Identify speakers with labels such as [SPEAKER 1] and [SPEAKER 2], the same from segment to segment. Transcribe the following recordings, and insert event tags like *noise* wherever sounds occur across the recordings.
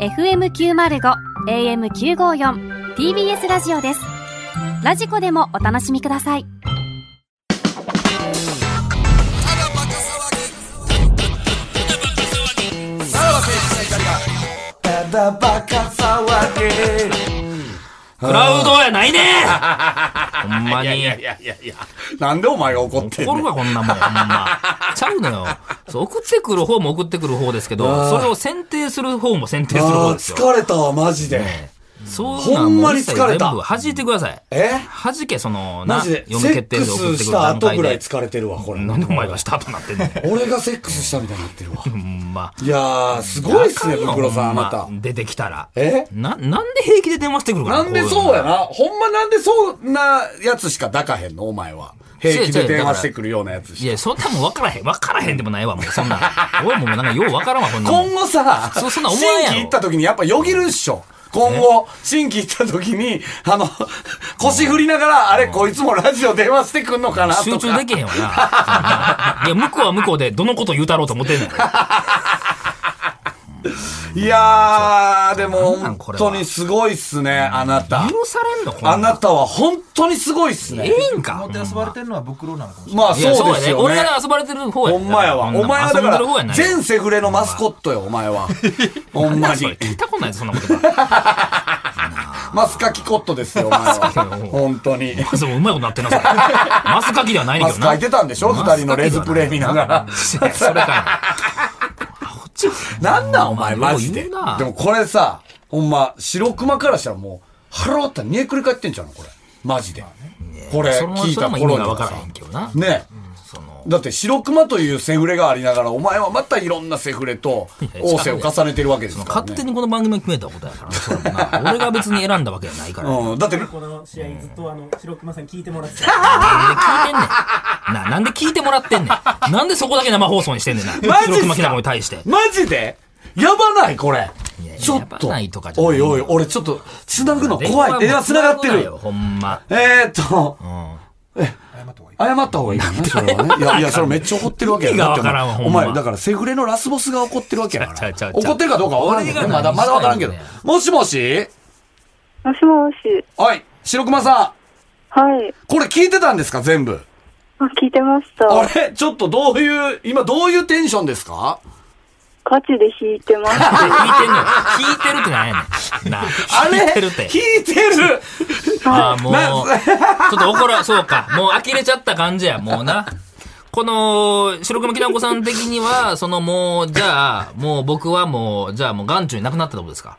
[SPEAKER 1] FM905 AM954 TBS ラジオですラジコでもお楽しみください
[SPEAKER 2] ただバカ騒げ
[SPEAKER 3] クラウド
[SPEAKER 2] *laughs*
[SPEAKER 3] やないねほんま
[SPEAKER 2] いやい
[SPEAKER 3] に。
[SPEAKER 2] やいやいやいやなんでお前が怒ってん
[SPEAKER 3] 怒
[SPEAKER 2] ね
[SPEAKER 3] る
[SPEAKER 2] ん
[SPEAKER 3] わ、こんなもん、ほんま。ちゃうのよ。そう、送ってくる方も送ってくる方ですけど、それを選定する方も選定する方
[SPEAKER 2] あー
[SPEAKER 3] です
[SPEAKER 2] 疲
[SPEAKER 3] よ。
[SPEAKER 2] れたわマジで
[SPEAKER 3] そう
[SPEAKER 2] ほんまに疲れた
[SPEAKER 3] なんもう一切全部弾いてください。
[SPEAKER 2] え
[SPEAKER 3] 弾け、その、な、
[SPEAKER 2] マジ
[SPEAKER 3] 読
[SPEAKER 2] で
[SPEAKER 3] み
[SPEAKER 2] セ
[SPEAKER 3] 決
[SPEAKER 2] ッ
[SPEAKER 3] 定
[SPEAKER 2] ク
[SPEAKER 3] で送っ
[SPEAKER 2] ス
[SPEAKER 3] て
[SPEAKER 2] し
[SPEAKER 3] くる
[SPEAKER 2] た
[SPEAKER 3] 段
[SPEAKER 2] 後
[SPEAKER 3] 階
[SPEAKER 2] ぐらい
[SPEAKER 3] で。
[SPEAKER 2] 疲れてるわこれ
[SPEAKER 3] なんでお前がした後になってんねん。
[SPEAKER 2] 俺がセックスしたみたいになってるわ
[SPEAKER 3] ほんま。
[SPEAKER 2] いやーすごいっすね
[SPEAKER 3] あかんよ
[SPEAKER 2] ブクロさんあ
[SPEAKER 3] ほ
[SPEAKER 2] な
[SPEAKER 3] ま
[SPEAKER 2] た
[SPEAKER 3] 出てきたら。
[SPEAKER 2] え
[SPEAKER 3] な、なんで平気で電話してくるから
[SPEAKER 2] なんでそうやなほんまなんでそんなやつしか抱かへんのお前は平気で電話してくるようなやつし
[SPEAKER 3] いや、そんなもん分からへん。分からへんでもないわ、もうそんな。 *laughs* 俺ももうなんかよう分からんわ、こんなもん
[SPEAKER 2] 今後さ、
[SPEAKER 3] そそんなん思わん
[SPEAKER 2] 新
[SPEAKER 3] やろ
[SPEAKER 2] 規行った時にやっぱよぎるっしょ。今後、新規行った時に、あの、腰振りながら、あれ、こいつもラジオ電話してくんのかなとか。
[SPEAKER 3] 集中できへんよな。 *laughs* いや、向こうは向こうで、どのこと言うたろうと思ってん
[SPEAKER 2] *laughs*
[SPEAKER 3] のよ。
[SPEAKER 2] いやー、でも
[SPEAKER 3] なんなんこ
[SPEAKER 2] 本
[SPEAKER 3] れは
[SPEAKER 2] 当にすごいっすね、あなた。
[SPEAKER 3] 許されんのこん
[SPEAKER 2] あ
[SPEAKER 3] なん
[SPEAKER 2] なたは本当にすごいっす
[SPEAKER 3] え
[SPEAKER 2] ね。
[SPEAKER 3] えんか。
[SPEAKER 4] 持って遊ばれてるのは袋なのかもしれない。
[SPEAKER 2] まあ
[SPEAKER 3] いや
[SPEAKER 2] そうです
[SPEAKER 3] や
[SPEAKER 2] よ
[SPEAKER 3] 俺
[SPEAKER 2] ね。
[SPEAKER 3] が遊ばれてる方
[SPEAKER 2] ほ
[SPEAKER 3] や
[SPEAKER 2] んまやわ。
[SPEAKER 3] こんな
[SPEAKER 2] お
[SPEAKER 3] もん
[SPEAKER 2] 前はだか
[SPEAKER 3] 遊んでる方や
[SPEAKER 2] ら、
[SPEAKER 3] ないよ
[SPEAKER 2] 全セフレのマスコットよ、お前
[SPEAKER 3] *laughs*
[SPEAKER 2] は。ほんま
[SPEAKER 3] それ
[SPEAKER 2] に。
[SPEAKER 3] 聞いたことないぞ、そんなことが。
[SPEAKER 2] マスカキコットですよ、お前は。本当に。
[SPEAKER 3] そう、うまいことなってんな、それマス書きではないねん
[SPEAKER 2] マ
[SPEAKER 3] けど
[SPEAKER 2] ス
[SPEAKER 3] な。
[SPEAKER 2] 書いてたんでしょ
[SPEAKER 3] マ
[SPEAKER 2] 二
[SPEAKER 3] ス
[SPEAKER 2] 人の
[SPEAKER 3] 書きではない
[SPEAKER 2] レズプレイ見ながら。
[SPEAKER 3] それか。
[SPEAKER 2] なんなんお前マジで。
[SPEAKER 3] よ
[SPEAKER 2] で
[SPEAKER 3] う言うな
[SPEAKER 2] もこれさ、ほんま、白熊からしたらもう、ハローって煮えくり返ってんじゃんこれ。マジで。これ、
[SPEAKER 3] その
[SPEAKER 2] 聞い
[SPEAKER 3] それ
[SPEAKER 2] た
[SPEAKER 3] も意味
[SPEAKER 2] 頃に
[SPEAKER 3] が分
[SPEAKER 2] は
[SPEAKER 3] から
[SPEAKER 2] さ
[SPEAKER 3] へんけどな。
[SPEAKER 2] ねだって白熊というセフレがありながら、お前はまたいろんなセフレ
[SPEAKER 3] *laughs*
[SPEAKER 2] と、
[SPEAKER 3] や
[SPEAKER 2] 王政を重ねてるわけですから
[SPEAKER 3] 勝手
[SPEAKER 2] ね。
[SPEAKER 3] にこの番組が決めたことやからなそれもな。俺が別に選んだわけじゃないから。
[SPEAKER 2] うん、だって、
[SPEAKER 5] この試合ずっとあの白熊さん聞いてもらってた
[SPEAKER 3] なんで聞いてんねん。な、なんで聞いてもらってんねん。なんでそこだけ生放送にしてんねんな。
[SPEAKER 2] マジっすか
[SPEAKER 3] 白熊きなこに対して。
[SPEAKER 2] マジでやばないこれ
[SPEAKER 3] いや。
[SPEAKER 2] ちょっ
[SPEAKER 3] やば
[SPEAKER 2] と
[SPEAKER 3] ないとか。じゃな
[SPEAKER 2] お
[SPEAKER 3] い
[SPEAKER 2] いおい、俺ちょっと、繋ぐの怖い。電
[SPEAKER 3] 電
[SPEAKER 2] 話
[SPEAKER 3] 話
[SPEAKER 2] 繋がって
[SPEAKER 3] 繋
[SPEAKER 2] る
[SPEAKER 3] よ。ほんま。
[SPEAKER 2] えーっと、
[SPEAKER 4] 謝った方がいい。
[SPEAKER 2] 謝った方がいいかな、それはね。いや、いや、それめっちゃ怒ってるわけや
[SPEAKER 3] 意味が
[SPEAKER 2] だって
[SPEAKER 3] わからんわほん
[SPEAKER 2] お
[SPEAKER 3] ま
[SPEAKER 2] 前、だから、セフレのラスボスが怒ってるわけやか
[SPEAKER 3] ちゃ
[SPEAKER 2] ら
[SPEAKER 3] うちゃ。うちゃう
[SPEAKER 2] 怒ってるかどうかわからんけどね。
[SPEAKER 3] 俺
[SPEAKER 2] ま
[SPEAKER 3] が
[SPEAKER 2] だ、
[SPEAKER 3] 何
[SPEAKER 2] まだわからんけど
[SPEAKER 3] したいの。
[SPEAKER 2] もしもし
[SPEAKER 6] もしもし。
[SPEAKER 2] はい、白熊さ
[SPEAKER 6] はい。
[SPEAKER 2] ん。これ聞いてたんですか、全部。
[SPEAKER 6] あ、聞いてました。
[SPEAKER 2] あれちょっとどういう、今どういうテンションですか
[SPEAKER 6] ガチで弾いてます。
[SPEAKER 3] 聞いてんのよ。聞いてるってなんやねん。な、
[SPEAKER 2] あれ
[SPEAKER 3] 聞いてるって。
[SPEAKER 2] 聞いてる
[SPEAKER 3] ああ、もう、
[SPEAKER 2] な
[SPEAKER 3] ちょっと怒ら、そうか。もう呆れちゃった感じや、もうな。この、白熊きなこさん的には、そのもう、じゃあ、もう僕はもう、じゃあもう眼中になくなったってことですか。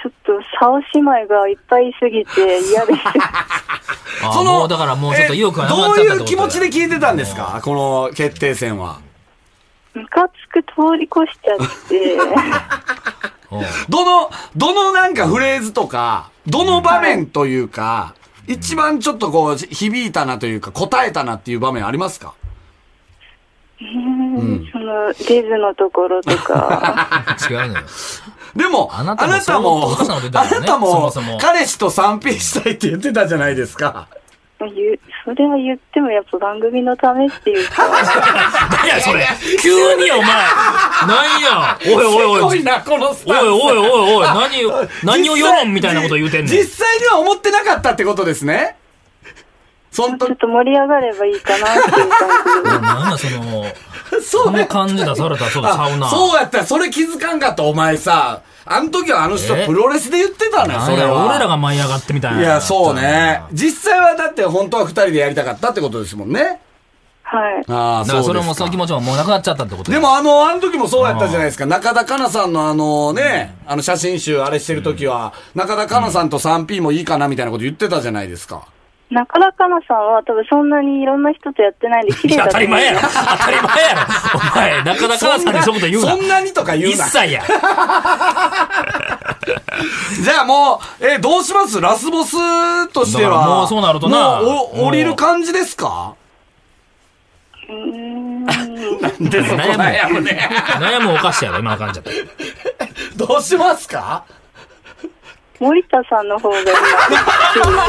[SPEAKER 6] ちょっと、竿姉妹がいっぱいいすぎて嫌です。
[SPEAKER 3] ああ
[SPEAKER 2] その
[SPEAKER 3] もうだからもうちょっと意欲が
[SPEAKER 2] え
[SPEAKER 3] なく
[SPEAKER 2] ど
[SPEAKER 3] なっ
[SPEAKER 2] う
[SPEAKER 3] ちゃったっ
[SPEAKER 2] い
[SPEAKER 3] て
[SPEAKER 2] う
[SPEAKER 3] こ
[SPEAKER 2] 気持
[SPEAKER 3] と
[SPEAKER 2] ち
[SPEAKER 3] で
[SPEAKER 2] で聞いてたんですかこの決定戦は。
[SPEAKER 6] ムカつく通り越しちゃって、
[SPEAKER 2] どの、どのなんかフレーズとか、どの場面というか、一番ちょっとこう、響いたなというか、答えたなっていう場面ありますか
[SPEAKER 6] *laughs* その、リズのところとか、
[SPEAKER 3] 違うのよ。
[SPEAKER 2] でも、あ
[SPEAKER 3] あ
[SPEAKER 2] な
[SPEAKER 3] なたも
[SPEAKER 2] たも、
[SPEAKER 3] そういうことなの
[SPEAKER 2] あ
[SPEAKER 3] 出たよね
[SPEAKER 2] なたも
[SPEAKER 3] そもそも、
[SPEAKER 2] 彼氏と賛否したいって言ってたじゃないですか。
[SPEAKER 6] 言うそれは言ってもやっぱ番組のためっていうか、
[SPEAKER 3] いや、それ。急にお前。なんや。おいおい
[SPEAKER 2] す
[SPEAKER 3] お
[SPEAKER 2] ご
[SPEAKER 3] い。
[SPEAKER 2] いな、このスタ
[SPEAKER 3] おい
[SPEAKER 2] ンス。
[SPEAKER 3] おいおいおい。何を、何を世論みたいなこと言うてんねん。
[SPEAKER 2] 実際には思ってなかったってことですね。そん
[SPEAKER 6] ち
[SPEAKER 2] と
[SPEAKER 6] ょっ、と盛り上がればいいかなっていう感じで。
[SPEAKER 3] なんやその、
[SPEAKER 2] そ
[SPEAKER 3] こ
[SPEAKER 2] うや
[SPEAKER 3] の感じ出されたらそうだ、サウナ。
[SPEAKER 2] そうやったら、それ気づかんかった、お前さ。あの時はあの人
[SPEAKER 3] え
[SPEAKER 2] プロレスで言ってたのよ、
[SPEAKER 3] な
[SPEAKER 2] そ
[SPEAKER 3] ん
[SPEAKER 2] れ
[SPEAKER 3] や
[SPEAKER 2] は。
[SPEAKER 3] 俺らが舞い上がってみたいな。
[SPEAKER 2] いや、そうね。。実際はだって本当は二人でやりたかったってことですもんね。
[SPEAKER 6] はい。
[SPEAKER 2] ああ、
[SPEAKER 3] だか
[SPEAKER 2] そう
[SPEAKER 3] ら
[SPEAKER 2] ですか
[SPEAKER 3] それもその気持ちももうなくなっちゃったってこと
[SPEAKER 2] で、もあの、あの時もそうやったじゃないですか。中田香奈さんのあのね、あの写真集あれしてる時は、中田香奈さんと 3P もいいかなみたいなこと言ってたじゃないですか。
[SPEAKER 6] 中田香奈さんは多分そんなにいろんな人とやってないんで綺
[SPEAKER 3] い
[SPEAKER 6] 麗
[SPEAKER 3] や
[SPEAKER 6] だ
[SPEAKER 3] 当
[SPEAKER 6] と
[SPEAKER 3] たり
[SPEAKER 6] 思う。
[SPEAKER 3] 前やろ。当たり前やろ。お前、なかなかなさんにそういうこと言うな。
[SPEAKER 2] そんなにとか言う
[SPEAKER 3] 一
[SPEAKER 2] な。
[SPEAKER 3] 切や。
[SPEAKER 2] じゃあもう、え、どうしますラスボスとして
[SPEAKER 3] だか
[SPEAKER 2] は。
[SPEAKER 3] らもうそうなるとな
[SPEAKER 2] もうお
[SPEAKER 3] もう
[SPEAKER 2] 降りる感じです
[SPEAKER 3] *laughs*
[SPEAKER 2] か
[SPEAKER 6] うーん。
[SPEAKER 2] で、そこ *laughs* 悩むね。
[SPEAKER 3] 悩むおかしいやろ、今の感じだ
[SPEAKER 2] *laughs*
[SPEAKER 3] った
[SPEAKER 2] どうしますか
[SPEAKER 6] 森田さんの方が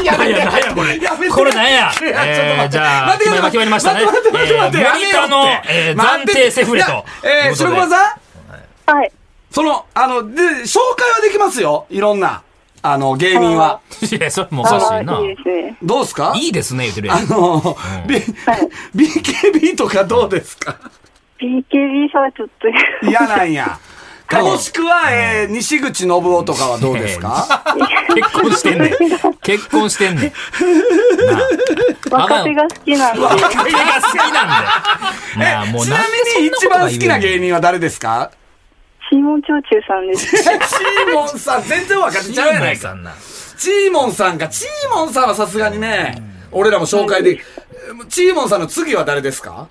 [SPEAKER 6] 今、
[SPEAKER 2] やめて
[SPEAKER 3] いやなんやこれ
[SPEAKER 2] やめて
[SPEAKER 3] これなんや
[SPEAKER 2] いや
[SPEAKER 3] えーじゃあ
[SPEAKER 2] ちょっと待って
[SPEAKER 3] 決まりましたね
[SPEAKER 2] 待って待って待って待って
[SPEAKER 3] えー
[SPEAKER 2] やめようって
[SPEAKER 3] モニターのえー
[SPEAKER 2] 待って
[SPEAKER 3] 暫定セフレと
[SPEAKER 2] いやえ
[SPEAKER 3] とい
[SPEAKER 2] ー、
[SPEAKER 3] うことで
[SPEAKER 2] 白熊さん
[SPEAKER 6] はい。
[SPEAKER 2] その、あの、で、紹介はできますよ。いろんな、あの、芸人は。
[SPEAKER 3] いや、それもお
[SPEAKER 6] あ
[SPEAKER 3] かし
[SPEAKER 6] あ
[SPEAKER 3] いな。
[SPEAKER 6] ー、いいですね。
[SPEAKER 2] どうですか
[SPEAKER 3] いいですね、言ってるや
[SPEAKER 2] あ
[SPEAKER 3] ん。
[SPEAKER 2] の、B、BKB とかどうですか
[SPEAKER 6] BKB さんはちょっとい
[SPEAKER 2] 嫌なんや。かもしくは、えー、西口信夫とかはどうですか
[SPEAKER 3] 結婚してんねん。結婚してんねん。
[SPEAKER 6] や *laughs* 若手が好きなん
[SPEAKER 2] *laughs*
[SPEAKER 6] で、
[SPEAKER 3] これが好きなんだよ。なあ、もう
[SPEAKER 2] ち
[SPEAKER 3] な
[SPEAKER 2] なん
[SPEAKER 3] で
[SPEAKER 2] みに一
[SPEAKER 3] そんな
[SPEAKER 2] 番
[SPEAKER 3] ことが
[SPEAKER 2] 好
[SPEAKER 3] 言
[SPEAKER 2] き
[SPEAKER 3] え
[SPEAKER 2] な
[SPEAKER 3] ない
[SPEAKER 2] 芸人は誰ですか
[SPEAKER 6] シーモン長中さんです。
[SPEAKER 2] チーモンさん、全然若手ちゃうやないか。
[SPEAKER 3] んな。
[SPEAKER 2] チーモンさんか。チーモンさんはさすがにね、俺らも紹介で、チーモンさんの次は誰ですか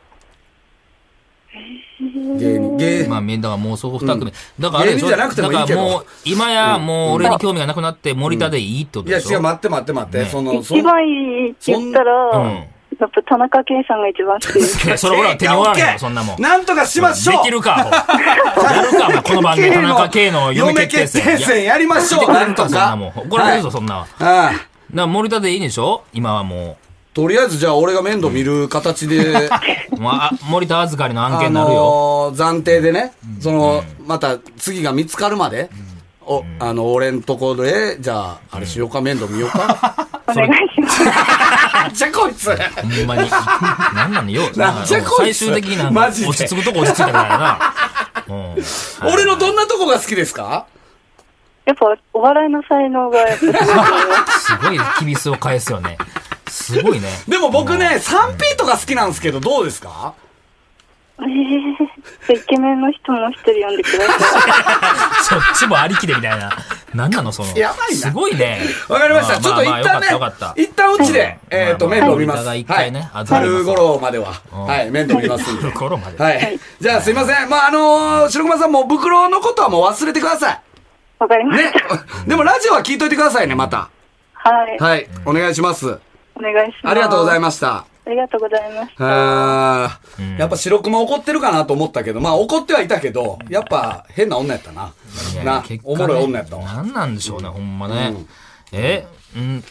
[SPEAKER 2] 芸人、芸
[SPEAKER 3] まあ、みんながもうそこ二組。だからあれでし
[SPEAKER 2] 芸人
[SPEAKER 3] ょ、
[SPEAKER 2] じゃなくてもいい
[SPEAKER 3] だ
[SPEAKER 2] け
[SPEAKER 3] か
[SPEAKER 2] ど
[SPEAKER 3] らもう、今やもう俺に興味がなくなって、森田でいいってこと
[SPEAKER 2] いや、
[SPEAKER 3] でし
[SPEAKER 2] 違
[SPEAKER 3] ょ。
[SPEAKER 2] う、待って待って待って。
[SPEAKER 3] ね
[SPEAKER 2] その、そ
[SPEAKER 6] 一番いいって言ったら、
[SPEAKER 3] そんうん
[SPEAKER 6] やっぱ田中圭さんが一番好
[SPEAKER 2] *laughs*
[SPEAKER 6] きです。
[SPEAKER 3] いやそれ俺は手に負わん
[SPEAKER 2] いやオッケ
[SPEAKER 3] か
[SPEAKER 2] ー
[SPEAKER 3] そんなもん。
[SPEAKER 2] なんとかしましょう
[SPEAKER 3] できるか、アホやるか、お前こ
[SPEAKER 2] *laughs*
[SPEAKER 3] の番組、田中圭の嫁決定戦。
[SPEAKER 2] 嫁決定戦やりましょう
[SPEAKER 3] いや
[SPEAKER 2] なんとか
[SPEAKER 3] そんなもん。怒られるぞ、そんなは。だか
[SPEAKER 2] はい
[SPEAKER 3] ら森田でいいでしょ今はも
[SPEAKER 2] とりあえずじゃあ俺が面倒見る形
[SPEAKER 3] *laughs*
[SPEAKER 2] で、
[SPEAKER 3] う。もうあ森田預かりの案件
[SPEAKER 2] あ
[SPEAKER 3] になるよ。
[SPEAKER 2] のー暫定でね、その、また次が見つかるまで、お、あの、俺んとこで、じゃあ、あれしようか、面倒見ようか。
[SPEAKER 6] お願いします。
[SPEAKER 2] なんじゃこいつ
[SPEAKER 3] ほ
[SPEAKER 2] *laughs*
[SPEAKER 3] んまに。なんなのよ。
[SPEAKER 2] なんじゃこい
[SPEAKER 3] 最
[SPEAKER 2] つ
[SPEAKER 3] 終的になんか
[SPEAKER 2] マジで
[SPEAKER 3] 落ち着くとこ落ち着いたからな。うん。
[SPEAKER 2] 俺のどんなとこが好きですか
[SPEAKER 6] やっぱお笑いの才能がやっぱすごいですね。
[SPEAKER 3] すごい厳しを返すよね。すごいね。
[SPEAKER 2] でも僕ね、3P とか好きなんですけど、どうですか
[SPEAKER 6] ええー、イケメンの人も一人呼んでくだ
[SPEAKER 2] *laughs*
[SPEAKER 6] さい。
[SPEAKER 3] そっちもありきでみたいな。なんなのその。
[SPEAKER 2] やばいな
[SPEAKER 3] すごいね。
[SPEAKER 2] わかりました。ちょっと一
[SPEAKER 3] まあまあ
[SPEAKER 2] 旦ね
[SPEAKER 3] よかったよかっ、た
[SPEAKER 2] 一旦うちで、
[SPEAKER 3] うん
[SPEAKER 2] えっと、
[SPEAKER 3] ま
[SPEAKER 2] 面
[SPEAKER 3] あまあ
[SPEAKER 2] 倒見ま
[SPEAKER 3] お互い
[SPEAKER 2] す。
[SPEAKER 3] 一回ね
[SPEAKER 2] はい。
[SPEAKER 3] 預かりま
[SPEAKER 2] 春
[SPEAKER 3] す
[SPEAKER 2] 頃までは、
[SPEAKER 3] うん
[SPEAKER 2] はい、面倒見ます
[SPEAKER 3] *laughs*
[SPEAKER 2] んで。
[SPEAKER 3] ところまで。
[SPEAKER 2] はい。じゃあすいません。まあ、あのー、白熊さんも袋のことはもう忘れてくださ
[SPEAKER 6] わかり
[SPEAKER 2] い。
[SPEAKER 6] まし
[SPEAKER 2] ね
[SPEAKER 6] た。。
[SPEAKER 2] でもラジオは聞いといてくださいね、また。
[SPEAKER 6] はい。
[SPEAKER 2] はい。お願いします。
[SPEAKER 6] お願いします。
[SPEAKER 2] ありがとうござい
[SPEAKER 6] ま
[SPEAKER 2] ました。
[SPEAKER 6] す。ありがとうございました。
[SPEAKER 2] あーやっぱ白熊怒ってるかなと思ったけど、まあ怒ってはいたけど、やっぱ変な女やったな。
[SPEAKER 3] や
[SPEAKER 2] な
[SPEAKER 3] 結、果
[SPEAKER 2] おも
[SPEAKER 3] ね
[SPEAKER 2] ろい女やったわ。
[SPEAKER 3] なんなんでしょうね、ほんまね。えうん。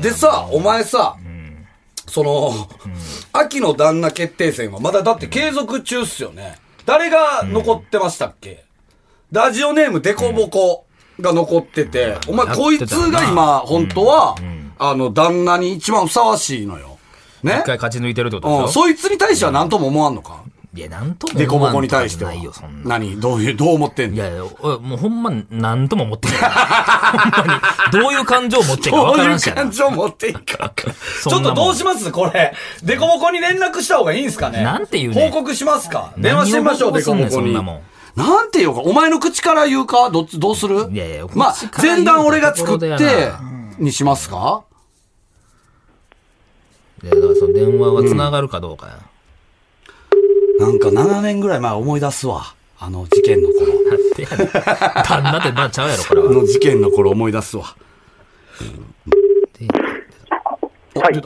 [SPEAKER 2] でさ、お前さ、その、秋の旦那決定戦はまだだって継続中っすよね。誰が残ってましたっけラジオネームデコボコが残ってて、お前
[SPEAKER 3] やってたな
[SPEAKER 2] こいつが今、本当は、あの、旦那に一番ふさわしいのよ。ね
[SPEAKER 3] 一回勝ち抜いてるってこと
[SPEAKER 2] うん、
[SPEAKER 3] でしょ
[SPEAKER 2] そいつに対しては何とも思わんのか
[SPEAKER 3] いや、なんとも
[SPEAKER 2] デコ
[SPEAKER 3] 思
[SPEAKER 2] ボ
[SPEAKER 3] わん
[SPEAKER 2] コに対しては
[SPEAKER 3] ないよ、そん。な。
[SPEAKER 2] 何どういう、どう思ってん
[SPEAKER 3] い
[SPEAKER 2] の
[SPEAKER 3] やいや、おもうほんま、なんとも思ってない。 *laughs* ほんまに、どういう感情を持っていいかわ
[SPEAKER 2] どう
[SPEAKER 3] か
[SPEAKER 2] い
[SPEAKER 3] ら
[SPEAKER 2] うん
[SPEAKER 3] しや
[SPEAKER 2] 感
[SPEAKER 3] な。
[SPEAKER 2] 情持っていくか。ち
[SPEAKER 3] *laughs* そ
[SPEAKER 2] ょっ
[SPEAKER 3] んなも
[SPEAKER 2] と
[SPEAKER 3] ん
[SPEAKER 2] どうしますこれ。デコボコに連絡した方がいいんすかね
[SPEAKER 3] なんて言うねん
[SPEAKER 2] 報告しますか電話してみましょう、デ
[SPEAKER 3] 何を
[SPEAKER 2] コ
[SPEAKER 3] 報
[SPEAKER 2] ボ
[SPEAKER 3] 告す
[SPEAKER 2] コ
[SPEAKER 3] んね
[SPEAKER 2] に。
[SPEAKER 3] んそんなもん
[SPEAKER 2] なんて言うか、お前の口から言うかどっち、どうする
[SPEAKER 3] いやいや
[SPEAKER 2] まあ
[SPEAKER 3] 口、から
[SPEAKER 2] 前
[SPEAKER 3] 言うとこ
[SPEAKER 2] 段
[SPEAKER 3] ろ
[SPEAKER 2] 俺が作って
[SPEAKER 3] だよ、
[SPEAKER 2] にしますか
[SPEAKER 3] いや、だからその電話が繋がるかどうかや。
[SPEAKER 2] *laughs* なんか7年ぐらい前思い出すわ。あの事件の頃。
[SPEAKER 3] なんでやねん。旦那ってなっちゃうやろ、これ
[SPEAKER 2] あ
[SPEAKER 3] は。
[SPEAKER 2] の事件の頃思い出すわ。はい。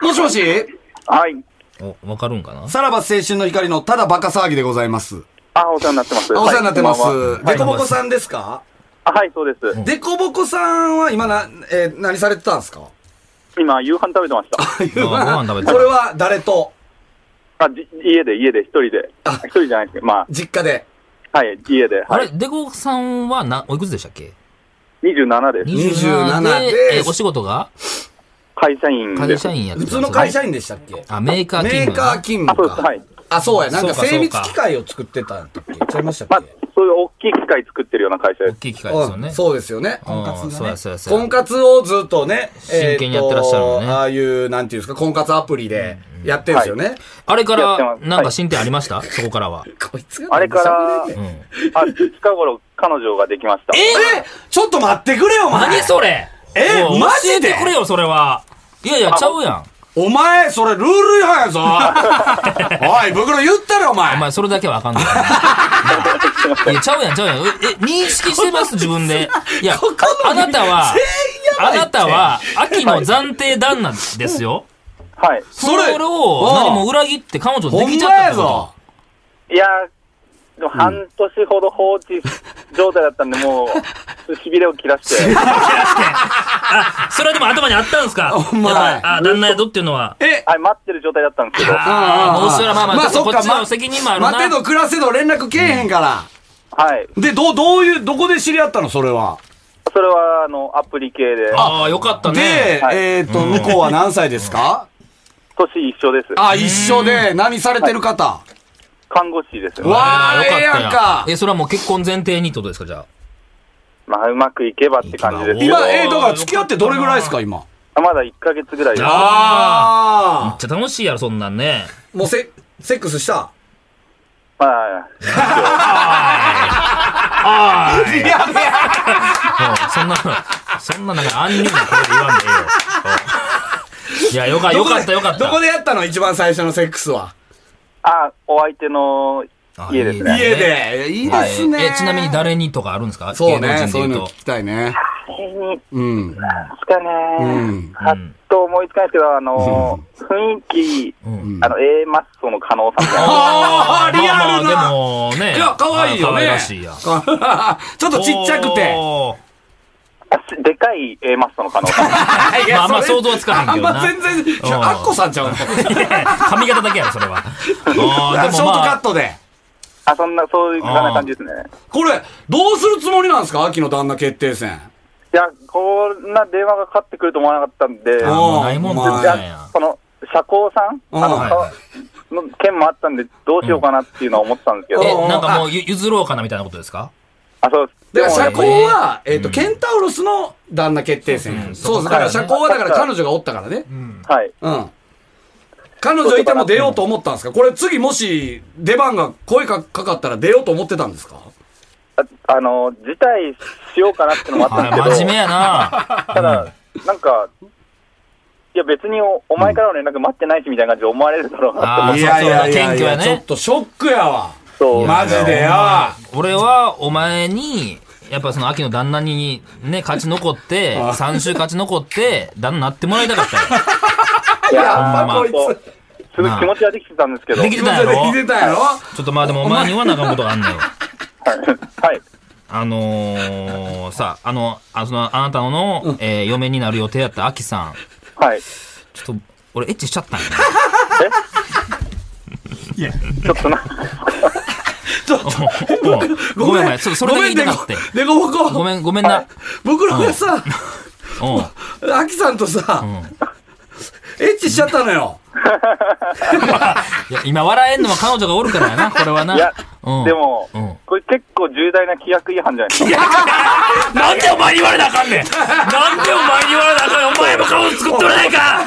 [SPEAKER 2] もしもし
[SPEAKER 7] はい。
[SPEAKER 3] お、わかるんかな
[SPEAKER 2] さらば青春の光のただバカ騒ぎでございます。
[SPEAKER 7] あ、お世話になってます。
[SPEAKER 2] あお世話になってます
[SPEAKER 7] はいこんばんは。
[SPEAKER 2] デコボコさんですか
[SPEAKER 7] あはい、そうです。
[SPEAKER 2] デコボコさんは今な、えー何されてたんですか
[SPEAKER 7] 今、夕飯食べてま
[SPEAKER 3] *laughs*
[SPEAKER 7] した。
[SPEAKER 2] *laughs* これ
[SPEAKER 3] あご飯食べてた
[SPEAKER 2] は誰と
[SPEAKER 7] あじ家で、家で、一人で。一人じゃないですけど、ま
[SPEAKER 2] 実家で。
[SPEAKER 7] あ、はい、家で。
[SPEAKER 3] あ
[SPEAKER 7] は
[SPEAKER 3] れ、
[SPEAKER 7] い。
[SPEAKER 3] デコさんはな、おいくつでしたっけ
[SPEAKER 7] 27です。
[SPEAKER 2] 27
[SPEAKER 3] で、え
[SPEAKER 2] です
[SPEAKER 3] お仕事が
[SPEAKER 7] 会社員で
[SPEAKER 3] 会
[SPEAKER 7] す。
[SPEAKER 3] 社員やって
[SPEAKER 2] 普
[SPEAKER 3] たん
[SPEAKER 2] 通
[SPEAKER 3] ですよ
[SPEAKER 2] の会社員でしたっけ
[SPEAKER 3] あ、メーカー勤
[SPEAKER 2] メー
[SPEAKER 3] 務
[SPEAKER 2] カー勤務
[SPEAKER 7] あ、そ
[SPEAKER 2] か。あ、そう
[SPEAKER 7] うです。はい。
[SPEAKER 2] や。なんか
[SPEAKER 3] そうか
[SPEAKER 2] 精
[SPEAKER 3] そう
[SPEAKER 2] 密
[SPEAKER 3] か
[SPEAKER 2] 機械を作ってたんだっけちゃいましたっ
[SPEAKER 7] まあ
[SPEAKER 2] け、
[SPEAKER 7] そういう大きい機械作ってるような会社で
[SPEAKER 3] 大
[SPEAKER 7] す。
[SPEAKER 3] きい機械ですよ
[SPEAKER 2] う
[SPEAKER 3] ね。
[SPEAKER 2] んそうですよね。
[SPEAKER 3] うん。
[SPEAKER 4] 婚活がね
[SPEAKER 3] そうやそうやそうや
[SPEAKER 2] 婚活をずっとね、
[SPEAKER 3] 真剣にやってらっしゃるのね
[SPEAKER 2] えーとああいう、なんていうんですか、婚活アプリでやってるんですよね。
[SPEAKER 3] あれか
[SPEAKER 7] やって
[SPEAKER 3] ら、
[SPEAKER 7] ます
[SPEAKER 3] なんか進展ありました、そこ
[SPEAKER 2] *laughs*
[SPEAKER 3] からは。
[SPEAKER 2] こいつが
[SPEAKER 7] あれから、
[SPEAKER 3] うん。
[SPEAKER 7] あ、近頃、彼女ができました。
[SPEAKER 2] えちょっと待ってくれよ、お前
[SPEAKER 3] 何それ
[SPEAKER 2] え
[SPEAKER 3] おい
[SPEAKER 2] マジで
[SPEAKER 3] 教えてくれよ、それは。いやいや、ちゃうやん。
[SPEAKER 2] お前、それルール違反や
[SPEAKER 3] *laughs*
[SPEAKER 2] ぞおい、袋言ったろ、お前
[SPEAKER 3] お前、それだけは
[SPEAKER 2] *laughs*
[SPEAKER 3] あかんのかないや、ちゃうやん、ちゃうやん。え、え認識してます、自分で。いや、あなたは、あなたは、秋の暫定旦那ですよ。
[SPEAKER 7] はい。
[SPEAKER 2] それ
[SPEAKER 3] それを、
[SPEAKER 2] ああ
[SPEAKER 3] 何も裏切って彼女
[SPEAKER 2] ほ
[SPEAKER 3] で
[SPEAKER 2] ん
[SPEAKER 3] きちゃ
[SPEAKER 2] ま
[SPEAKER 3] ったっ
[SPEAKER 2] や
[SPEAKER 3] てこと
[SPEAKER 2] ぞ。
[SPEAKER 7] いやーでも半年ほど放置状態だったんで、もう、しびれを切ら
[SPEAKER 3] *laughs*
[SPEAKER 7] して。
[SPEAKER 3] それはでも頭にあったんで
[SPEAKER 2] *laughs*
[SPEAKER 3] すか
[SPEAKER 2] お前
[SPEAKER 3] やっぱあ、旦那宿っていうのは。
[SPEAKER 2] え
[SPEAKER 7] はい、待ってる状態だったんですけど。
[SPEAKER 3] ああ、もうそれはまあまあ、
[SPEAKER 2] そっ
[SPEAKER 3] こ
[SPEAKER 2] か
[SPEAKER 3] っちの責任もあるな。
[SPEAKER 2] 待てど暮らせど連絡けえへんから。
[SPEAKER 7] はい。
[SPEAKER 2] で、どう、どういう、どこで知り合ったのそれは。
[SPEAKER 7] それは、あの、アプリ系で、
[SPEAKER 3] ああ、よかったね。
[SPEAKER 2] で、
[SPEAKER 7] はい
[SPEAKER 2] えっと、向こうは何歳ですか
[SPEAKER 7] 年一緒です。
[SPEAKER 2] あ、一緒で、何されてる方
[SPEAKER 7] 看護師ですよ。
[SPEAKER 2] わあ、ええやんか。
[SPEAKER 3] え、それはもう結婚前提にってことですか、じゃあ。
[SPEAKER 7] まあ、うまくいけばって感じですけど
[SPEAKER 2] 今、
[SPEAKER 3] うわ
[SPEAKER 2] えー、だから付き合ってどれぐらいですか、今。
[SPEAKER 7] まだ1ヶ月ぐらいです。
[SPEAKER 3] あめ
[SPEAKER 2] あ
[SPEAKER 3] っちゃ楽しいやろ、そんなんね。
[SPEAKER 2] ー。もうセ、セックスした
[SPEAKER 7] まあ、
[SPEAKER 3] ああ。いやいや。そんな、そんな、なんか、安入な声で言わんでええよ。いや、よか、よかった、よかった。
[SPEAKER 2] どこでやったの一番最初のセックスは。
[SPEAKER 7] あ、お相手の
[SPEAKER 3] あ
[SPEAKER 7] 家です
[SPEAKER 3] いいね
[SPEAKER 7] ね。
[SPEAKER 2] 家で。いいですね。
[SPEAKER 3] え、ちなみに誰にとかあるんですか
[SPEAKER 2] そう
[SPEAKER 3] 芸能
[SPEAKER 2] ね、
[SPEAKER 3] 人
[SPEAKER 2] そういう
[SPEAKER 3] で言う
[SPEAKER 2] の
[SPEAKER 3] と
[SPEAKER 2] 聞きたいね。
[SPEAKER 7] 誰にで
[SPEAKER 2] うん。
[SPEAKER 7] すかね、
[SPEAKER 2] うん
[SPEAKER 7] はっと思いつかないですけど、あの、雰囲気、
[SPEAKER 3] うん
[SPEAKER 7] あの、A マッソの加納さんみたいな。
[SPEAKER 2] あー
[SPEAKER 3] まま
[SPEAKER 2] リアルな
[SPEAKER 3] でもね。
[SPEAKER 2] いや、可愛いよ
[SPEAKER 3] 可愛
[SPEAKER 2] ね。
[SPEAKER 3] らし
[SPEAKER 2] *laughs*
[SPEAKER 3] いやん。
[SPEAKER 2] かちょっとちっちゃくて。
[SPEAKER 3] おー *laughs*
[SPEAKER 7] あしでかい A マッソの加納さ
[SPEAKER 2] *laughs* *laughs*
[SPEAKER 7] ん。
[SPEAKER 2] いや
[SPEAKER 3] まああん
[SPEAKER 2] そ
[SPEAKER 3] ま
[SPEAKER 2] れ
[SPEAKER 3] 想像はつかへんけどな
[SPEAKER 2] あんま全然い
[SPEAKER 3] うん
[SPEAKER 2] や、アッコさんちゃうのショ
[SPEAKER 3] 髪型だけやろ、それは。あ
[SPEAKER 2] ー
[SPEAKER 3] ー
[SPEAKER 2] ト
[SPEAKER 3] でもま
[SPEAKER 2] カ
[SPEAKER 3] あ
[SPEAKER 2] ットで。
[SPEAKER 7] あ、そんな、そういうかな感じですね。
[SPEAKER 2] これ、どうするつもりなんですか秋の旦那決定戦。
[SPEAKER 7] いや、こんな電話がかかってくると思わなかったんで、
[SPEAKER 2] あ
[SPEAKER 7] い
[SPEAKER 3] もうないもん
[SPEAKER 2] お前
[SPEAKER 3] なんや
[SPEAKER 7] や。その、社交さん
[SPEAKER 2] うん
[SPEAKER 7] あの、
[SPEAKER 2] はい
[SPEAKER 3] はい
[SPEAKER 7] の件もあったんで、どうしようかなっていうのは思ってたんですけど、
[SPEAKER 2] うん
[SPEAKER 3] え
[SPEAKER 2] お、ー
[SPEAKER 3] なんかもうゆ譲ろうかなみたいなことですか
[SPEAKER 7] あ、そうです。
[SPEAKER 2] だから、社
[SPEAKER 7] でも
[SPEAKER 2] 交は、えっと、ケンタウロスの旦那決定戦。そう、だから、社交は、だから彼女がおったからね。
[SPEAKER 7] はい。
[SPEAKER 2] うん。彼女いても出ようと思ったんですかこれ、次もし、出番が声かかかったら出ようと思ってたんですか
[SPEAKER 7] ああの、辞退しようかなってのもあっ
[SPEAKER 3] *laughs* あ
[SPEAKER 7] たんですけど、
[SPEAKER 3] 真面目やな。
[SPEAKER 7] ただ、なんか、いや別におお前からの連絡待ってないしみたいな感じで思われるだろうなと思
[SPEAKER 3] あー
[SPEAKER 7] って
[SPEAKER 3] いやいやいやいや
[SPEAKER 2] ちょっとショックやわ。
[SPEAKER 7] そう
[SPEAKER 2] マジでや。
[SPEAKER 3] 俺はお前に、やっぱその秋の旦那にね、勝ち残って、3週勝ち残って、旦那になってもらいたかったよ。
[SPEAKER 7] いや、
[SPEAKER 3] まあ
[SPEAKER 7] まあ、そうすごい気持ちはできてたんですけど、は
[SPEAKER 3] でき
[SPEAKER 7] い
[SPEAKER 3] てたやろ
[SPEAKER 2] 聞いてたやろ
[SPEAKER 3] ちょっとまあでもお前には仲間ことがあんのよ。
[SPEAKER 7] はい。
[SPEAKER 3] あのー、さ、あの、あその、あなたの、えー嫁になる予定やった秋さん。
[SPEAKER 7] はい。
[SPEAKER 3] ちょっと、俺エッチしちゃったんや。
[SPEAKER 7] ちょっ
[SPEAKER 3] *laughs*
[SPEAKER 7] とな、
[SPEAKER 3] うんごめんごめん、そそれだけ言いたかって。
[SPEAKER 2] でこぼこ。
[SPEAKER 3] ごめん、ごめんな。
[SPEAKER 2] 僕らがさ、
[SPEAKER 3] うん。
[SPEAKER 2] アキさんとさ、エッチしちゃったのよ。
[SPEAKER 3] いや今笑えんのは彼女がおるからやな、これはな。
[SPEAKER 7] いや、
[SPEAKER 3] うん、
[SPEAKER 7] でも、
[SPEAKER 3] うん
[SPEAKER 7] これ結構重大な規約違反じゃないですか。
[SPEAKER 3] *laughs* なんでお前に言われなあかんねんなんでお前に言われなあかんねんお前も顔作っとらないかな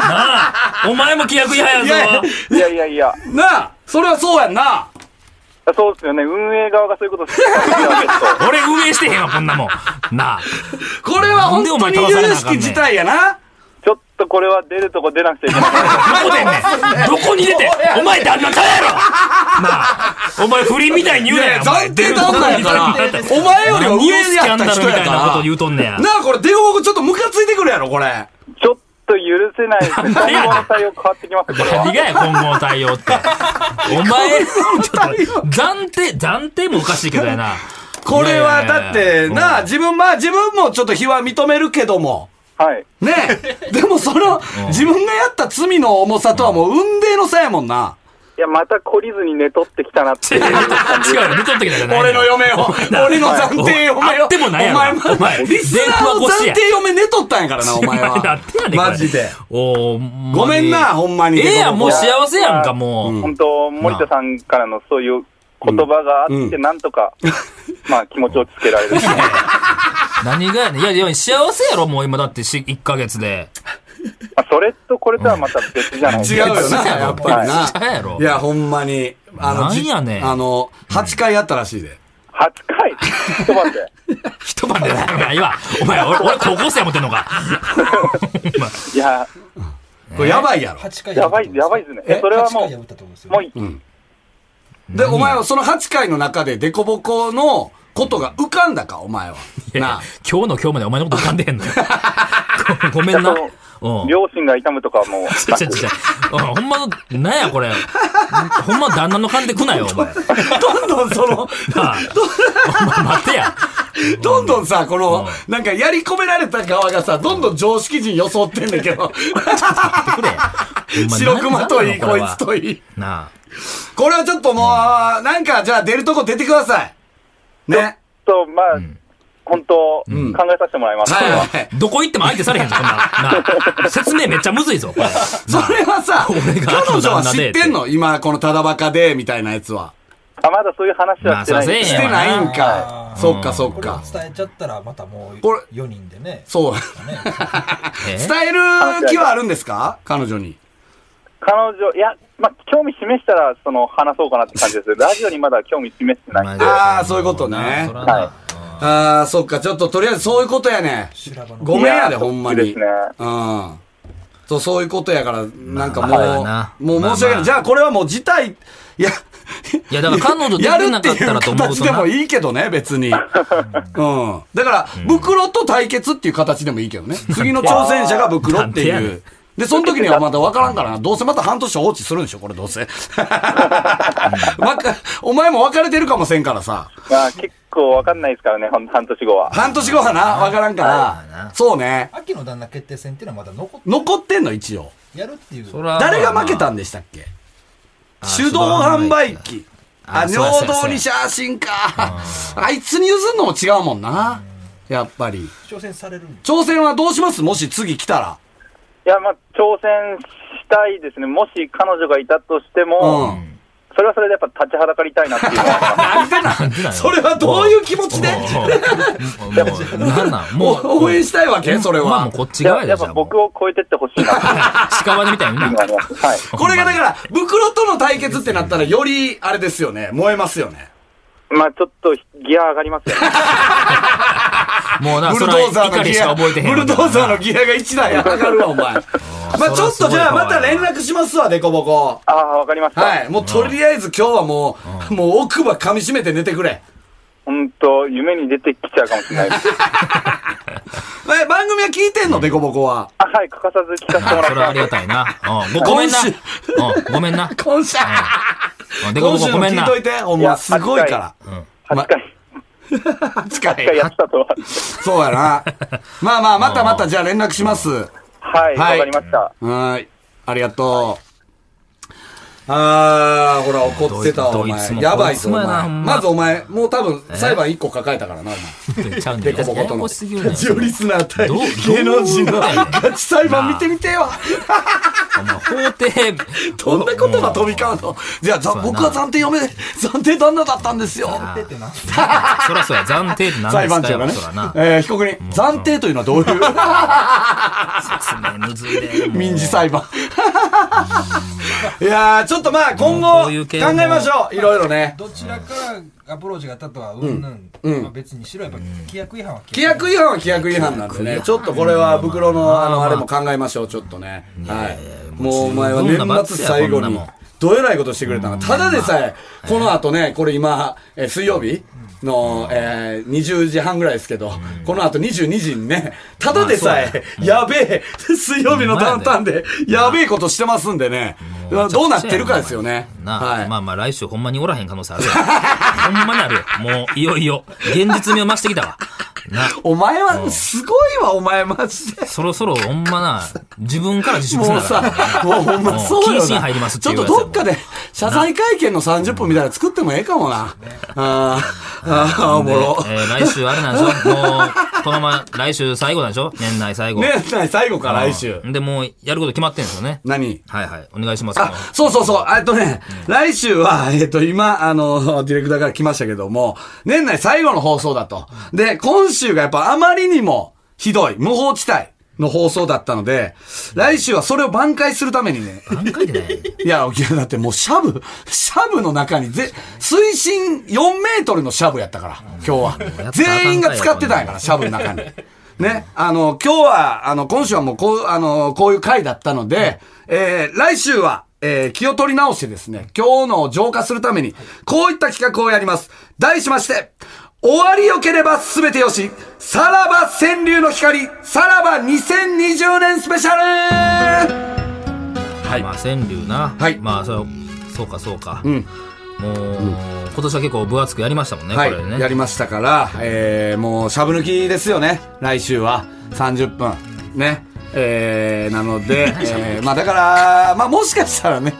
[SPEAKER 3] あお前も規約違反やぞ
[SPEAKER 7] いやいやいや、
[SPEAKER 2] なあ、それはそうやんな。
[SPEAKER 7] そうですよね、運営側がそういうことしてたんですよちょっと
[SPEAKER 3] 俺運営してへんわ、こんなもん。なあ。
[SPEAKER 2] これは本当に
[SPEAKER 3] なんでお前飛ばされ
[SPEAKER 2] 有
[SPEAKER 3] なあかん
[SPEAKER 2] 識
[SPEAKER 3] ねん
[SPEAKER 2] 事態やな。
[SPEAKER 7] ちょっとこれは出るとこ出なくちゃいけな
[SPEAKER 2] *laughs*
[SPEAKER 7] い。
[SPEAKER 3] どこでんねんどこに出てお前旦那ちゃうやろなあ。お前不倫みたいに言うなよ。
[SPEAKER 2] いや暫定旦那やから
[SPEAKER 3] 出るとこ
[SPEAKER 2] お前よりは
[SPEAKER 3] 何を
[SPEAKER 2] 上で
[SPEAKER 3] スキ
[SPEAKER 2] や
[SPEAKER 3] ャ
[SPEAKER 2] っ
[SPEAKER 3] ン
[SPEAKER 2] た
[SPEAKER 3] ダル
[SPEAKER 2] 人
[SPEAKER 3] み
[SPEAKER 2] や
[SPEAKER 3] た
[SPEAKER 2] か
[SPEAKER 3] いなこと言
[SPEAKER 2] ら。
[SPEAKER 3] うとんねや。
[SPEAKER 2] なあ、これ、電報ちょっとムカついてくるやろ、これ。
[SPEAKER 7] ちょっと許せないで
[SPEAKER 3] *laughs*
[SPEAKER 7] す。今後の対応変わってきますよ、これは。
[SPEAKER 3] 何がや、今後の対応って。
[SPEAKER 2] *laughs*
[SPEAKER 3] お前、ちょっと、暫定、暫定もおかしいけどやな。
[SPEAKER 2] これはい
[SPEAKER 3] やいやい
[SPEAKER 2] だ
[SPEAKER 3] や
[SPEAKER 2] って、
[SPEAKER 3] うん
[SPEAKER 2] なあ、自分、まあ自分もちょっと非は認めるけども。
[SPEAKER 7] はい。
[SPEAKER 2] ね
[SPEAKER 3] *laughs*
[SPEAKER 2] え。でもその、自分がやった罪の重さとはもう運命の差やもんな。
[SPEAKER 7] いや、また懲りずに寝取ってきたなって
[SPEAKER 3] 違
[SPEAKER 7] いう
[SPEAKER 3] うよ、 *laughs* 見とってきたじゃ *laughs* ない
[SPEAKER 2] 俺の嫁を、俺の暫定嫁を。
[SPEAKER 3] あってもないやろ
[SPEAKER 2] お前、
[SPEAKER 3] お前
[SPEAKER 2] リスナーを
[SPEAKER 3] 電話越しや
[SPEAKER 2] 暫定嫁寝とったんやからな、お前
[SPEAKER 3] *laughs* お前なっ
[SPEAKER 2] は
[SPEAKER 3] てやねん。これ
[SPEAKER 2] マジで。
[SPEAKER 3] おー
[SPEAKER 2] ごめんな、ほんまに。
[SPEAKER 3] ええやん、もう
[SPEAKER 2] デコボコ
[SPEAKER 3] 幸せやんか、もう。
[SPEAKER 7] 本当、森田さんからのそういう言葉があって、なんとか、まあ気持ちをつけられる。ま
[SPEAKER 3] 何がやねん。いやいや、幸せやろ、もう今だってし、1ヶ月で。
[SPEAKER 7] あそれとこれとはまた別じゃないです
[SPEAKER 2] 違う
[SPEAKER 7] か。
[SPEAKER 2] よな、やっぱり
[SPEAKER 3] 違うや
[SPEAKER 2] な。
[SPEAKER 3] ろ
[SPEAKER 2] いや、ほんまに。あの、
[SPEAKER 3] なん
[SPEAKER 2] じ
[SPEAKER 3] やねん
[SPEAKER 2] あの、8回やったらしいで。
[SPEAKER 7] 8回一晩で。
[SPEAKER 2] *laughs*
[SPEAKER 3] 一晩でないわ。お前、俺、俺高校生や思ってんのか。
[SPEAKER 7] いや、
[SPEAKER 2] これやばいやろ。
[SPEAKER 4] 八回
[SPEAKER 7] やばい、やばいですね。
[SPEAKER 2] え
[SPEAKER 7] えそれはも
[SPEAKER 4] 八回破
[SPEAKER 7] う
[SPEAKER 4] ったと思うんです、よ
[SPEAKER 7] もう、
[SPEAKER 2] で、お前はその8回の中でデコボコのことが浮かんだか、お前は。
[SPEAKER 3] いや
[SPEAKER 2] なあ。 *laughs*
[SPEAKER 3] 今日の今日までお前のこと浮かんでへんのよ。ごごめんな。うん。
[SPEAKER 7] 両親が痛むとかはもう、
[SPEAKER 3] ちょちょちょ。うんほんまの、なんやこれ。ほんま旦那の勘で来なよ、お前。
[SPEAKER 2] どんどんそ
[SPEAKER 3] *laughs*
[SPEAKER 2] の、
[SPEAKER 3] なあお前待てや。
[SPEAKER 2] どんどんさ、この、
[SPEAKER 3] う
[SPEAKER 2] なんかやり込められた側がさ、どんどん常識人装ってんだけど、
[SPEAKER 3] くれ。
[SPEAKER 2] *laughs*
[SPEAKER 3] ほんま
[SPEAKER 2] 白熊といい、
[SPEAKER 3] 何
[SPEAKER 2] こい
[SPEAKER 3] なのれは
[SPEAKER 2] つといい。
[SPEAKER 3] なあ。
[SPEAKER 2] これはちょっともう、なんかじゃあ出るとこ出てください。ね。
[SPEAKER 7] と、まあ、本当、考
[SPEAKER 2] ん
[SPEAKER 7] えさせてもらいます。
[SPEAKER 2] はいはい。
[SPEAKER 3] *laughs* どこ行っても相手されへんぞ、そん
[SPEAKER 2] *laughs*
[SPEAKER 3] な。なあ説明めっちゃむずいぞ、これ。
[SPEAKER 2] それはさ、
[SPEAKER 3] *laughs* 俺が
[SPEAKER 2] 彼女は知ってんの今、このただバカで、みたいなやつは。
[SPEAKER 7] あ、まだそういう話
[SPEAKER 3] ま
[SPEAKER 7] は
[SPEAKER 3] あ、
[SPEAKER 7] して
[SPEAKER 3] さ
[SPEAKER 7] ないん
[SPEAKER 3] せえ
[SPEAKER 7] で
[SPEAKER 3] へ
[SPEAKER 7] す。
[SPEAKER 2] し
[SPEAKER 3] ん
[SPEAKER 2] て
[SPEAKER 3] わ
[SPEAKER 2] な
[SPEAKER 3] な。
[SPEAKER 2] いんか。そっかそっ
[SPEAKER 4] これを
[SPEAKER 2] か。
[SPEAKER 4] 伝えちゃったら、またもう、
[SPEAKER 2] これ
[SPEAKER 4] 4人でね。
[SPEAKER 2] そう。
[SPEAKER 3] え
[SPEAKER 2] 伝える気はあるんですか彼女に。
[SPEAKER 7] 彼女、いや、まあ、興味示したら、その、話そうかなって感じです。ラジオにまだ興味示してない。
[SPEAKER 2] あーそういうことね
[SPEAKER 3] そら
[SPEAKER 7] はい
[SPEAKER 3] な。
[SPEAKER 2] ああ、そっか。ちょっととりあえずそういうことやね。
[SPEAKER 4] 修羅場の。
[SPEAKER 2] ごめんや
[SPEAKER 7] い
[SPEAKER 2] で、
[SPEAKER 7] や
[SPEAKER 2] ほんま
[SPEAKER 7] そうで
[SPEAKER 2] に。
[SPEAKER 7] すね
[SPEAKER 2] うん。そう、そういうことやから、なんかもう、
[SPEAKER 3] まあまあな
[SPEAKER 2] もう申し訳ない。
[SPEAKER 3] まあまあ
[SPEAKER 2] じゃあこれはもう事態、いや、
[SPEAKER 3] いや、だから彼女でき
[SPEAKER 2] やる
[SPEAKER 3] な
[SPEAKER 2] って
[SPEAKER 3] かった
[SPEAKER 2] いう
[SPEAKER 3] らと思う
[SPEAKER 2] 形
[SPEAKER 3] と
[SPEAKER 2] でも
[SPEAKER 3] な。
[SPEAKER 2] いいけどね、別に。うん。だから、袋と対決っていう形でもいいけどね。次の挑戦者が袋って
[SPEAKER 3] なんで
[SPEAKER 2] い
[SPEAKER 3] やね
[SPEAKER 2] う。で、その時にはまだ分からんからな。どうせまた半年放置するんでしょ、これどうせ。わかお前も別れてるかもせんからさ。
[SPEAKER 7] まあ、結構わかんないですからね、ほん半年後は。
[SPEAKER 2] 半年後はな、分からんから。そうね。
[SPEAKER 4] 秋の旦那決定戦っていうのはまだ残っ
[SPEAKER 2] 残ってんの、一応。
[SPEAKER 4] やるっていう。
[SPEAKER 3] そら
[SPEAKER 2] 誰が負けた
[SPEAKER 3] ま
[SPEAKER 2] んでしたっけ
[SPEAKER 3] あ
[SPEAKER 2] 手動販売機。
[SPEAKER 3] あ
[SPEAKER 2] あ、
[SPEAKER 3] そうや
[SPEAKER 2] 尿
[SPEAKER 3] そ
[SPEAKER 2] 道
[SPEAKER 3] うや
[SPEAKER 2] に写真か。あいつに譲るのも違うもんな。やっぱり。
[SPEAKER 4] 挑戦されるん
[SPEAKER 2] 挑戦はどうしますもし次来たら。
[SPEAKER 7] いや、まあ、挑戦したいですね。もし彼女がいたとしても、
[SPEAKER 2] うん
[SPEAKER 7] それはそれでやっぱ立ちはだかりたいなっていうの
[SPEAKER 2] な
[SPEAKER 7] は。
[SPEAKER 2] んでなん
[SPEAKER 3] で
[SPEAKER 2] *laughs*
[SPEAKER 3] なん
[SPEAKER 2] それはどういう気持ちで
[SPEAKER 3] そうもう、なんなんもう、
[SPEAKER 2] *laughs* お応援したいわけそれ
[SPEAKER 3] まあも
[SPEAKER 2] は
[SPEAKER 3] う。こ *laughs* っ
[SPEAKER 2] *laughs*
[SPEAKER 3] ち
[SPEAKER 7] いや
[SPEAKER 3] 側や
[SPEAKER 7] や
[SPEAKER 3] でじ
[SPEAKER 7] っ
[SPEAKER 3] ゃ
[SPEAKER 7] ぱ
[SPEAKER 3] あ。
[SPEAKER 7] 僕を超えてってほしいなっていう
[SPEAKER 3] 屍みたいにな
[SPEAKER 7] の。があ
[SPEAKER 2] *laughs*
[SPEAKER 7] ります。はい。
[SPEAKER 2] これがだから、袋との対決ってなったらより、あれですよね。燃えますよね。
[SPEAKER 7] まあ、ちょっとギア上がります
[SPEAKER 2] *laughs*
[SPEAKER 7] よね。
[SPEAKER 3] もうな、
[SPEAKER 2] ブ
[SPEAKER 3] そ
[SPEAKER 2] ルド
[SPEAKER 3] れ
[SPEAKER 2] ーザ
[SPEAKER 3] は
[SPEAKER 2] ーの
[SPEAKER 3] 怒り
[SPEAKER 2] ギ
[SPEAKER 3] し
[SPEAKER 2] ア、
[SPEAKER 3] か
[SPEAKER 2] ブ
[SPEAKER 3] 覚えてへんわ。
[SPEAKER 2] ルドーザーのギアが1台上がるわ、お
[SPEAKER 3] *laughs*
[SPEAKER 2] 前。まあちょっとじゃあまた連絡しますわ、デコボコ。
[SPEAKER 7] ああ、わかりました。
[SPEAKER 2] はい。もうとりあえず今日はもう、もう奥歯噛み締めて寝てくれ。
[SPEAKER 7] うんと、夢に出てきちゃうかもしれな
[SPEAKER 2] *laughs*
[SPEAKER 7] いです。
[SPEAKER 2] え番組は聞いてんのデコボコは。
[SPEAKER 7] あ、はい、欠かさず聞かせても
[SPEAKER 3] あ
[SPEAKER 7] らっ
[SPEAKER 3] それはあ
[SPEAKER 7] て
[SPEAKER 3] り
[SPEAKER 7] ま
[SPEAKER 3] が
[SPEAKER 7] す。
[SPEAKER 3] たいな。うん、ごごめんな。
[SPEAKER 2] 今
[SPEAKER 3] うん、ごめんな。
[SPEAKER 2] 今週、
[SPEAKER 3] うんでこ
[SPEAKER 2] 今
[SPEAKER 3] ぼ
[SPEAKER 2] 週
[SPEAKER 3] こ
[SPEAKER 2] の
[SPEAKER 3] ごめん
[SPEAKER 2] 聞い
[SPEAKER 3] な
[SPEAKER 2] と。いて。ほん
[SPEAKER 7] い
[SPEAKER 2] ま、
[SPEAKER 7] や
[SPEAKER 2] すごいから。うん
[SPEAKER 7] 8回、
[SPEAKER 2] ま近
[SPEAKER 7] 8回
[SPEAKER 2] い。
[SPEAKER 7] やってたとは。
[SPEAKER 2] そう *laughs* やな。まあまあ、またまたじゃあ連絡します。
[SPEAKER 7] はい、わ
[SPEAKER 2] はい
[SPEAKER 7] かりました。
[SPEAKER 2] はーい。ありがとう。あー、ほら、怒ってたわ、
[SPEAKER 3] どい
[SPEAKER 2] お
[SPEAKER 3] どいつ
[SPEAKER 2] 前。
[SPEAKER 3] も
[SPEAKER 2] やばいぞ、お
[SPEAKER 3] こいつも
[SPEAKER 2] 前。
[SPEAKER 3] やなほんま
[SPEAKER 2] まずお前、もう多分、裁判1個抱えたからな、お前。
[SPEAKER 3] ちゃうんだ
[SPEAKER 2] デコ
[SPEAKER 3] よ
[SPEAKER 2] ボコ
[SPEAKER 3] やや
[SPEAKER 2] との。
[SPEAKER 3] こしすぎるね
[SPEAKER 2] ラジ *laughs* オリスナー対
[SPEAKER 3] どう
[SPEAKER 2] 芸能人の
[SPEAKER 3] *laughs* どう
[SPEAKER 2] ガチ裁判見てみてよ。
[SPEAKER 3] お前法廷、
[SPEAKER 2] どんな言葉飛び交うのじゃあ、ざ
[SPEAKER 3] そうやな
[SPEAKER 2] 僕は暫定嫁で、暫定旦那だったんですよ。
[SPEAKER 4] だってな。
[SPEAKER 3] そらそら暫定って何
[SPEAKER 2] 裁
[SPEAKER 3] です
[SPEAKER 2] 判
[SPEAKER 3] か
[SPEAKER 2] 長が
[SPEAKER 3] よ、
[SPEAKER 2] ね
[SPEAKER 3] そら
[SPEAKER 2] *laughs*
[SPEAKER 3] な。。
[SPEAKER 2] えー、被告人、暫定というのはどういう
[SPEAKER 3] 説明むずいで。も
[SPEAKER 2] *laughs*
[SPEAKER 3] う
[SPEAKER 2] 民事裁
[SPEAKER 3] *laughs*
[SPEAKER 2] 判いやー、ちょっとまあ、今後、
[SPEAKER 3] こ
[SPEAKER 2] 考
[SPEAKER 3] ういう
[SPEAKER 2] え
[SPEAKER 3] 系も
[SPEAKER 2] ましょう。いろいろね。
[SPEAKER 4] どちらからアプローチがあったとは、うんうん。
[SPEAKER 2] うん
[SPEAKER 4] まあ別にしろ、やっぱ規約違反は
[SPEAKER 2] 規約違反は規約違反なんでね。ちょっとこれは、袋の、あの、あれも考えましょう、ちょっとね。はい。もうお前は年末最後
[SPEAKER 3] ど
[SPEAKER 2] に
[SPEAKER 3] んな罰やこんなもん、
[SPEAKER 2] どえらいことしてくれたな。ただでさえ、この後ね、これ今、えー水曜日の、えー、20時半ぐらいですけど、この後22時にね、ただでさえ、やべえ、水曜日のダウンタウンで、やべえことしてますんでね、どうなってるかですよね。
[SPEAKER 3] なあ、
[SPEAKER 2] はい
[SPEAKER 3] ま。あまあ来週ほんまにおらへん可能性あるよ。ほんまにあるよ。もういよいよ、現実味を増してきたわ。な、
[SPEAKER 2] お前は、すごいわ、お前マジで。
[SPEAKER 3] そろそろほんまな、自分から自粛せ
[SPEAKER 2] もう
[SPEAKER 3] なあか
[SPEAKER 2] さ
[SPEAKER 3] んからな、
[SPEAKER 2] もうほんまそうよ
[SPEAKER 3] 謹慎
[SPEAKER 2] な。
[SPEAKER 3] 入りますっ
[SPEAKER 2] ち
[SPEAKER 3] て
[SPEAKER 2] ょ
[SPEAKER 3] い
[SPEAKER 2] っ
[SPEAKER 3] うや
[SPEAKER 2] と
[SPEAKER 3] つ
[SPEAKER 2] どっかで、謝罪会見の30分みたいなの作ってもええかもな。あーあー、おもろ。
[SPEAKER 3] えー来週あれなんでしょもう、このまま来週最後なんでしょ年内最後。
[SPEAKER 2] ねえ、最後か、来週。
[SPEAKER 3] で、もう、やること決まってんですよね。
[SPEAKER 2] 何
[SPEAKER 3] はいはい。お願いします。
[SPEAKER 2] あ、そうそうそう。えっとね、来週は、えっと、今、あの、ディレクターから来ましたけども、年内最後の放送だと。で、今週がやっぱあまりにもひどい、無法地帯の放送だったので、来週はそれを挽回するためにね、
[SPEAKER 3] 何回でね。
[SPEAKER 2] いや、いやだってもうシャブ、シャブの中にぜ、水深4メートルのシャブやったから、今日
[SPEAKER 3] や
[SPEAKER 2] は。
[SPEAKER 3] ったらあかんかい
[SPEAKER 2] 全員が使ってたんやから、シャブの中に。ね、あの、今日は、あの、今週はもうこう、あの、こういう回だったので、えー、来週は、えー、気を取り直してですね、今日のを浄化するために、こういった企画をやります。題しまして、終わりよければ全てよし、さらば川柳の光、さらば2020年スペシャル
[SPEAKER 3] はい。まあ、川柳な。
[SPEAKER 2] はい
[SPEAKER 3] まあ、そう、そうかそうか。
[SPEAKER 2] ん
[SPEAKER 3] もう、今年は結構分厚くやりましたもんね、
[SPEAKER 2] はい
[SPEAKER 3] これね。
[SPEAKER 2] やりましたから、えー、もうしゃぶ抜きですよね来週は30分ね
[SPEAKER 3] *laughs*
[SPEAKER 2] えー、なので、えー、まあだから、まあもしかしたらね、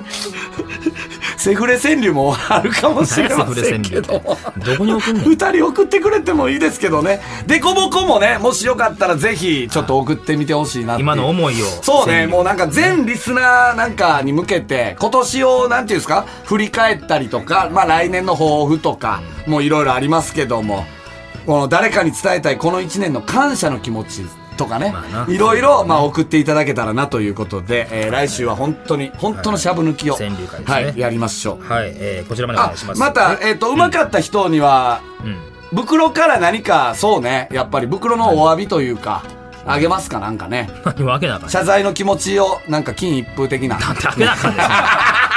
[SPEAKER 2] *laughs* セフレ川柳もあるかもしれませんけども。
[SPEAKER 3] どこに送んねん。
[SPEAKER 2] 二人送ってくれてもいいですけどね。デコボコもね、もしよかったらぜひちょっと送ってみてほしいなっていう
[SPEAKER 3] 今の思いを。
[SPEAKER 2] そうね、
[SPEAKER 3] 川柳
[SPEAKER 2] もうなんか全リスナーなんかに向けて、今年をなんていうんですか、振り返ったりとか、まあ来年の抱負とか、もういろいろありますけども、この誰かに伝えたいこの一年の感謝の気持ちとかね
[SPEAKER 3] まあ、ない
[SPEAKER 2] ろいろまあ送っていただけたらなということで、えー来週は本当に、本当のしゃぶ抜きを、
[SPEAKER 3] 川柳会ですね
[SPEAKER 2] はい、やりましょう。
[SPEAKER 3] はい、えーこちらまでお
[SPEAKER 2] あ
[SPEAKER 3] 願いしま、す。
[SPEAKER 2] また、えっと、うまかった人には、
[SPEAKER 3] うん。
[SPEAKER 2] 袋から何か、そうね、やっぱり袋のお詫びというか、あげますかなんかね。
[SPEAKER 3] 何も開けなあかんね。
[SPEAKER 2] 謝罪の気持ちを、なんか金一風的な。
[SPEAKER 3] 開けなあかんね。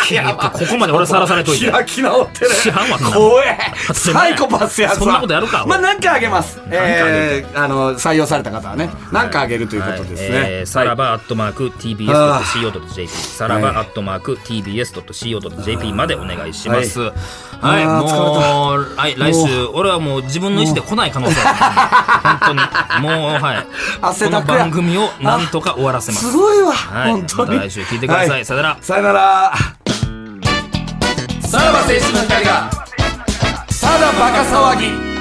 [SPEAKER 3] 君ここまで俺さらされといて。
[SPEAKER 2] 開き直ってる。
[SPEAKER 3] 知らんわこんなの
[SPEAKER 2] 怖え。
[SPEAKER 3] 当たり前
[SPEAKER 2] サイコパスやつは
[SPEAKER 3] そんなことやるか
[SPEAKER 2] まあ、なんかあげます。
[SPEAKER 3] かあげる
[SPEAKER 2] えー、あの、採用された方はね、なんかあげるということです
[SPEAKER 3] はいえ
[SPEAKER 2] ね
[SPEAKER 3] ー。さらばアットマーク TBS.CO.JP さらばアットマーク TBS.CO.JP までお願いしますはい、
[SPEAKER 2] あー
[SPEAKER 3] もうはい来週俺はもう自分の意思で来ない可能性
[SPEAKER 2] *laughs*
[SPEAKER 3] ある本当にもうはい
[SPEAKER 2] 汗
[SPEAKER 3] こ
[SPEAKER 2] だ
[SPEAKER 3] の
[SPEAKER 2] くや
[SPEAKER 3] 番組をなんとか終わらせます
[SPEAKER 2] すごいわ、
[SPEAKER 3] はい
[SPEAKER 2] 本当に。
[SPEAKER 3] また来週聞いてください
[SPEAKER 2] は
[SPEAKER 3] さよなら
[SPEAKER 2] さよなら。さらば青春の光が、ただバカ騒ぎ。